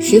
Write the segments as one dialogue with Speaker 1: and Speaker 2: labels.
Speaker 1: 十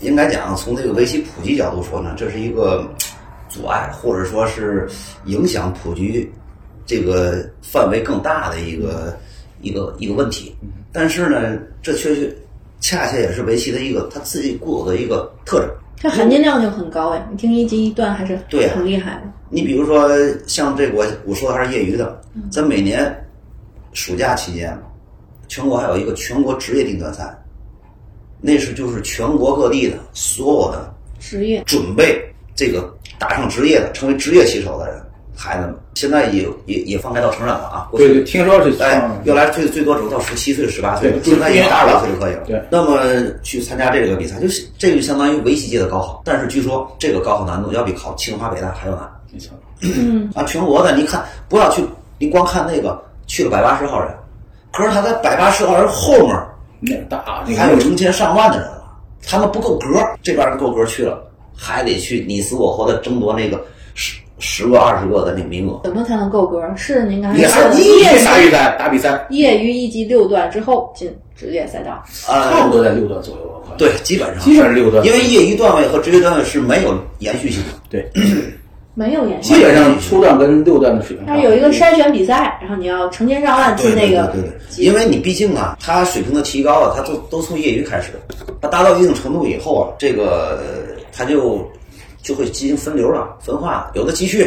Speaker 2: 应该讲，从这个围棋普及角度说呢，这是一个阻碍，或者说是影响普及这个范围更大的一个一个一个问题。但是呢，这确实恰恰也是围棋的一个它自己固有的一个特征。
Speaker 3: 它含金量就很高哎，你听一集一段还是
Speaker 2: 对啊
Speaker 3: 很厉害的。
Speaker 2: 你比如说，像这个我我说的还是业余的，咱每年暑假期间，全国还有一个全国职业定段赛，那是就是全国各地的所有的
Speaker 3: 职业
Speaker 2: 准备这个打上职业的，成为职业棋手的人，孩子们现在也也也放开到成人了啊。过去
Speaker 4: 对，听说是
Speaker 2: 哎，
Speaker 4: 嗯
Speaker 2: 原来最最多只能到十七岁、十八岁，
Speaker 4: 对
Speaker 2: 现在已经二十来岁就可以了。
Speaker 4: 对，
Speaker 2: 那么去参加这个比赛，就是这个就相当于围棋界的高考，但是据说这个高考难度要比考清华北大还要难。
Speaker 4: 没错
Speaker 3: 嗯
Speaker 2: 啊，全国的，你看，不要去，你光看那个去了百八十号人，可是他在百八十号人后面
Speaker 4: 那大，你
Speaker 2: 还
Speaker 4: 看
Speaker 2: 有成千上万的人了，他们不够格，这边人够格去了，还得去你死我活的争夺那个十十个二十个的那个名额。
Speaker 3: 怎么才能够格？是您刚才
Speaker 4: 你
Speaker 3: 说
Speaker 4: 还
Speaker 3: 的
Speaker 4: 你
Speaker 3: 业
Speaker 4: 打比
Speaker 3: 余
Speaker 4: 赛打比赛，
Speaker 3: 业余一级六段之后进职业赛道，
Speaker 4: 差
Speaker 2: 呃
Speaker 4: 不，多在六段左右吧，快，
Speaker 2: 对，基本上，
Speaker 4: 基本上六段，
Speaker 2: 因为业余段位和职业段位是没有延续性的。
Speaker 4: 对，
Speaker 3: 没有延续
Speaker 2: 啊
Speaker 4: 基。本上初段跟六段的水平差
Speaker 3: 但
Speaker 4: 不
Speaker 3: 是
Speaker 4: 多，
Speaker 3: 有一个筛选比赛，然后你要成千上万进
Speaker 2: 对
Speaker 3: 那
Speaker 2: 对
Speaker 3: 个
Speaker 2: 对对，对因为你毕竟啊，他水平的提高啊，他都都从业余开始，他达到一定程度以后啊，这个他就就会进行分流了、分化，有的继续，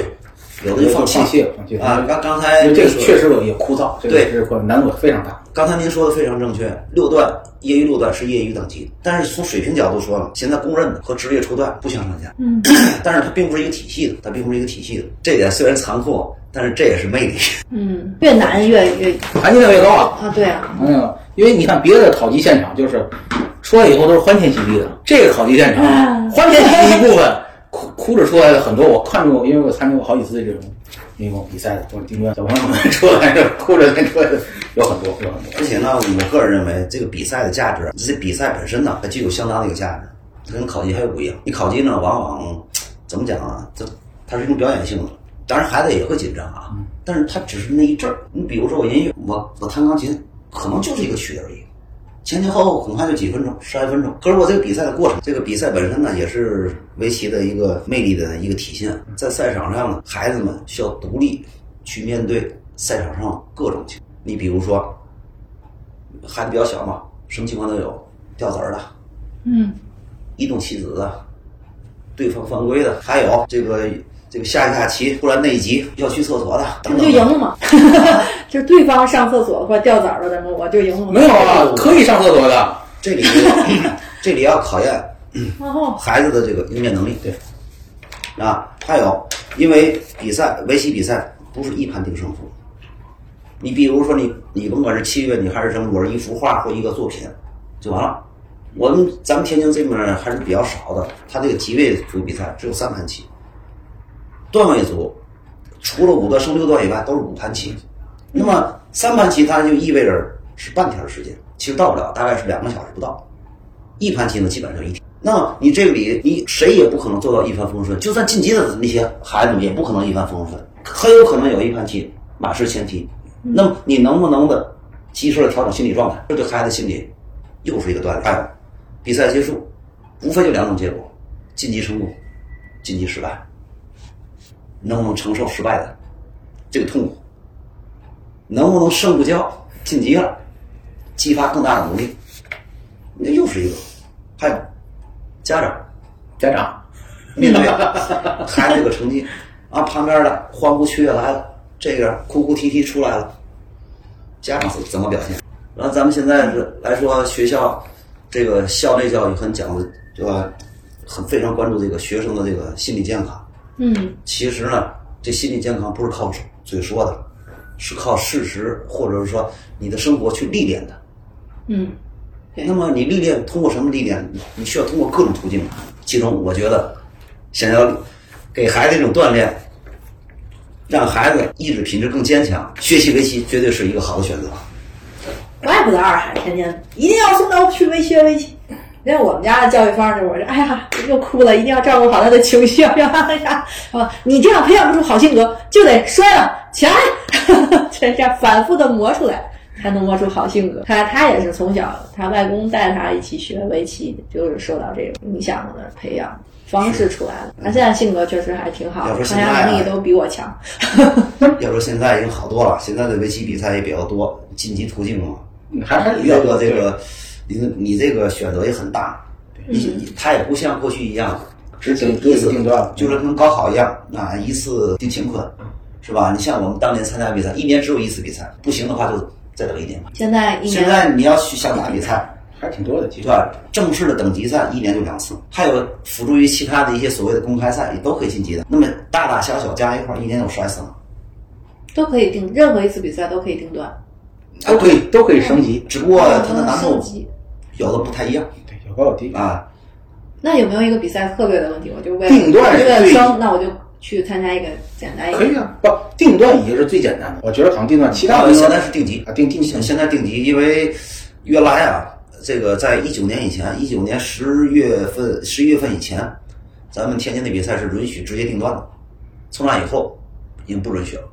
Speaker 2: 有的就放弃
Speaker 4: 放弃了放弃了
Speaker 2: 啊。刚刚才
Speaker 4: 因为这个
Speaker 2: 您说
Speaker 4: 确实我也枯燥，这个
Speaker 2: 对
Speaker 4: 是会难度非常大。
Speaker 2: 刚才您说的非常正确，六段业余六段是业余等级，但是从水平角度说呢，现在公认的和职业初段不相上下。
Speaker 3: 嗯，
Speaker 2: 但是它并不是一个体系的，它并不是一个体系的。这一点虽然残酷，但是这也是魅力。
Speaker 3: 嗯，越难越越
Speaker 4: 含金量越高啊！
Speaker 3: 啊，对啊，
Speaker 4: 嗯，因为你看别的考级现场就是出来以后都是欢天喜地的，这个考级现场
Speaker 3: 啊
Speaker 4: 欢天喜地一部分，哭哭着出来的很多。我看着过，因为我参加过好几次这种那种比赛的，或者顶端小朋友们出来是哭着才出来的，有很多有很多。
Speaker 2: 而且呢，我个人认为这个比赛的价值，这比赛本身呢，它具有相当的一个价值，它跟考级还不一样。你考级呢，往往怎么讲啊？它它是一种表演性的，当然孩子也会紧张啊，但是它只是那一阵儿。你比如说我音乐，我我弹钢琴，可能就是一个曲而已。前前后后恐怕就几分钟、十来分钟。可是我这个比赛的过程，这个比赛本身呢，也是围棋的一个魅力的一个体现。在赛场上呢，孩子们需要独立去面对赛场上各种情况。你比如说，孩子比较小嘛，什么情况都有，掉子儿的，
Speaker 3: 嗯，
Speaker 2: 移动棋子的，对方犯规的，还有这个这个下一下棋突然内急要去厕所的，
Speaker 3: 这
Speaker 2: 等
Speaker 3: 不
Speaker 2: 等
Speaker 3: 就赢了吗？ 就是对方上厕所或者掉枣了，咱们我就赢了吗？
Speaker 4: 没有啊，可以上厕所的，
Speaker 2: 这里 这里要考验
Speaker 3: 然后
Speaker 2: 孩子的这个应变能力，对，啊，还有因为比赛围棋比赛不是一盘定胜负，你比如说你你甭管是七月你还是什么，我是一幅画或一个作品就完了。我们咱们天津这边还是比较少的，他这个级位组比赛只有三盘棋，段位组除了五段升六段以外都是五盘棋，那么三盘棋它就意味着是半天儿时间，其实到不了，大概是两个小时不到。一盘棋呢，基本上就一天。那么你这里，你谁也不可能做到一帆风顺，就算晋级的那些孩子们也不可能一帆风顺，很有可能有一盘棋马失前蹄。那么你能不能的及时的调整心理状态，这对孩子心理又是一个锻炼。还有，比赛结束，无非就两种结果：晋级成功，晋级失败。能不能承受失败的这个痛苦？能不能胜不骄，晋级了，激发更大的努力？那又是一个，还有家长
Speaker 4: 家长
Speaker 2: 面对孩子这个成绩啊，旁边的欢呼雀跃来了，这个哭哭啼啼出来了，家长怎怎么表现？然后咱们现在是来说学校这个校内教育很讲究，对吧？很非常关注这个学生的这个心理健康。
Speaker 3: 嗯，
Speaker 2: 其实呢，这心理健康不是靠嘴说的，是靠事实或者是说你的生活去历练的。
Speaker 3: 嗯，对
Speaker 2: 那么你历练通过什么历练？你你需要通过各种途径。其中，我觉得想要给孩子一种锻炼，让孩子意志品质更坚强，学习围棋绝对是一个好的选择。
Speaker 3: 怪不得二孩天天一定要送他去微学微棋。连我们家的教育方式，我说，哎呀，又哭了，一定要照顾好他的情绪，要让他啥啊？你这样培养不出好性格，就得摔了起来， 这这样反复的磨出来，才能磨出好性格。他他也是从小，他外公带他一起学围棋，就是受到这种影响的培养方式出来了。他现在性格确实还挺好
Speaker 2: 嗯要，说
Speaker 3: 抗
Speaker 2: 现在
Speaker 3: 压
Speaker 2: 啊
Speaker 3: 能力都比我强。
Speaker 2: 要说现在已经好多了，现在的围棋比赛也比较多，晋级途径嘛。
Speaker 4: 你还还
Speaker 2: 岳哥这个，你你这个选择也很大，你他也不像过去一样，
Speaker 4: 只顶
Speaker 2: 一
Speaker 4: 定
Speaker 2: 次
Speaker 4: 定段了，
Speaker 2: 就是跟高考一样，那一次定乾坤，是吧？你像我们当年参加比赛，一年只有一次比赛，不行的话就再等一年吧。
Speaker 3: 现在一年
Speaker 2: 现在你要去下打比赛，
Speaker 4: 还挺多的，其
Speaker 2: 对
Speaker 4: 实
Speaker 2: 吧？正式的等级赛一年就两次，还有辅助于其他的一些所谓的公开赛也都可以晋级的。那么大大小小加一块儿，一年有十来次了，
Speaker 3: 都可以定，任何一次比赛都可以定段，
Speaker 2: 哎啊
Speaker 4: 都可以都
Speaker 3: 嗯
Speaker 4: 可以升级，
Speaker 2: 只不过它的
Speaker 3: 能
Speaker 2: 难
Speaker 3: 升
Speaker 2: 度
Speaker 3: 级。
Speaker 2: 有的不太一样
Speaker 4: 嗯对，有高有低。
Speaker 2: 啊。
Speaker 3: 那有没有一个比赛策略的问题？我就为了
Speaker 4: 定段
Speaker 3: 为了
Speaker 4: 对
Speaker 3: 争，那我就去参加一个简单一
Speaker 4: 可
Speaker 3: 点。
Speaker 4: 以啊，不定段已经是最简单的，我觉得好像定段，其他的
Speaker 2: 现在是定级
Speaker 4: 啊，定定级
Speaker 2: 现现在定级，因为原来啊，这个在一九年以前，一九年十月份、十一月份以前，咱们天津的比赛是允许直接定段的，从那以后已经不允许了。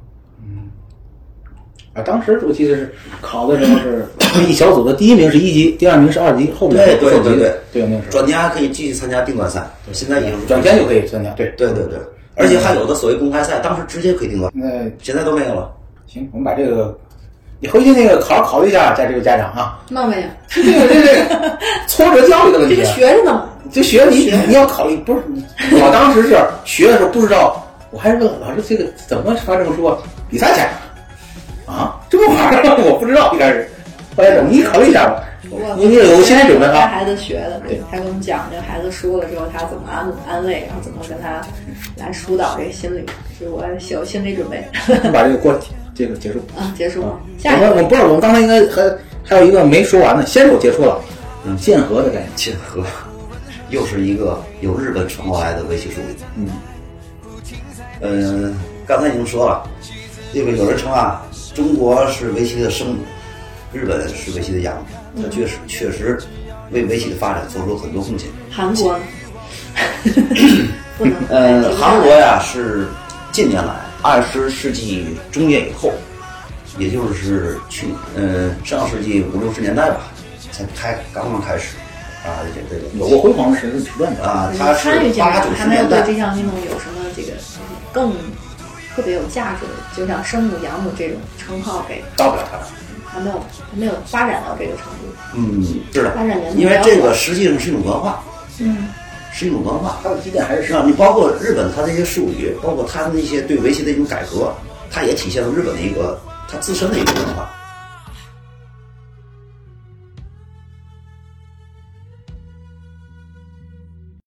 Speaker 4: 啊。当时我记得是考的时候是 一小组的第一名是一级，第二名是二级，后面
Speaker 2: 对
Speaker 4: 是
Speaker 2: 对
Speaker 4: 后
Speaker 2: 对
Speaker 4: 级
Speaker 2: 对
Speaker 4: 的，对那个时候
Speaker 2: 转家可以继续参加定段赛，现在已经是
Speaker 4: 转天就可以参加，对
Speaker 2: 对对对，而且还有的所谓公开赛，当时直接可以定段，
Speaker 4: 那
Speaker 2: 现在都没有了。
Speaker 4: 行，我们把这个，你回去那个好好考虑一下，家这个家长 啊，
Speaker 3: 慢慢呀，
Speaker 4: 这个这个挫折教育的问
Speaker 3: 这
Speaker 4: 题
Speaker 3: 个
Speaker 4: 啊，
Speaker 3: 学着呢嘛。
Speaker 4: 这学你你要考虑，不是 我当时是学的时候不知道，我还问老师这个怎么发证书啊？比赛去啊？这么玩儿 我不知道一开始，后来等你考虑一下吧，嗯你你有心理准备
Speaker 3: 带
Speaker 4: 啊。
Speaker 3: 孩子学的，
Speaker 4: 对
Speaker 3: 他跟我们讲，这个孩子输了之后，他怎么安安慰，然后怎么跟他来疏导这个心理，就是我有心理准备
Speaker 4: 把这个过这个结束。
Speaker 3: 啊。结束
Speaker 4: 啊
Speaker 3: 吗？下一
Speaker 4: 我们我
Speaker 3: 个
Speaker 4: 们不是我们刚才应该还还有一个没说完呢，先手结束了，
Speaker 2: 嗯
Speaker 4: 剑和的概念。
Speaker 2: 剑河又是一个由日本传过来的围棋术语。
Speaker 4: 嗯，
Speaker 2: 嗯，刚才已经说了，这个有人称啊，中国是围棋的生母，日本是围棋的养母，它确实确实为围棋的发展做出了很多贡献。
Speaker 3: 韩 国呢？不能哎
Speaker 2: 呃，韩国呀是近年来二十世纪中叶以后，也就是去呃上世纪五六十年代吧，才开刚刚开始啊，这这个
Speaker 4: 有过辉煌的时时段的，
Speaker 2: 啊，它
Speaker 3: 你
Speaker 2: 是
Speaker 3: 呃参与进
Speaker 2: 八
Speaker 3: 来
Speaker 2: 九，
Speaker 3: 还
Speaker 2: 十
Speaker 3: 没有
Speaker 2: 年
Speaker 3: 对
Speaker 2: 代
Speaker 3: 这项运动有什么这个更特别有价值的，就像生母养母这种称号给，
Speaker 4: 到不了他了。
Speaker 3: 还没有还没有发展到这个程度。
Speaker 2: 嗯，是的
Speaker 3: 发展联，盟
Speaker 2: 因为这个实际上是一种文化，嗯，是一种文化。
Speaker 4: 他的基点还是
Speaker 2: 实际上，你包括日本它这些术语，包括它的一些对围棋的一种改革，它也体现了日本的一个它自身的一个文化。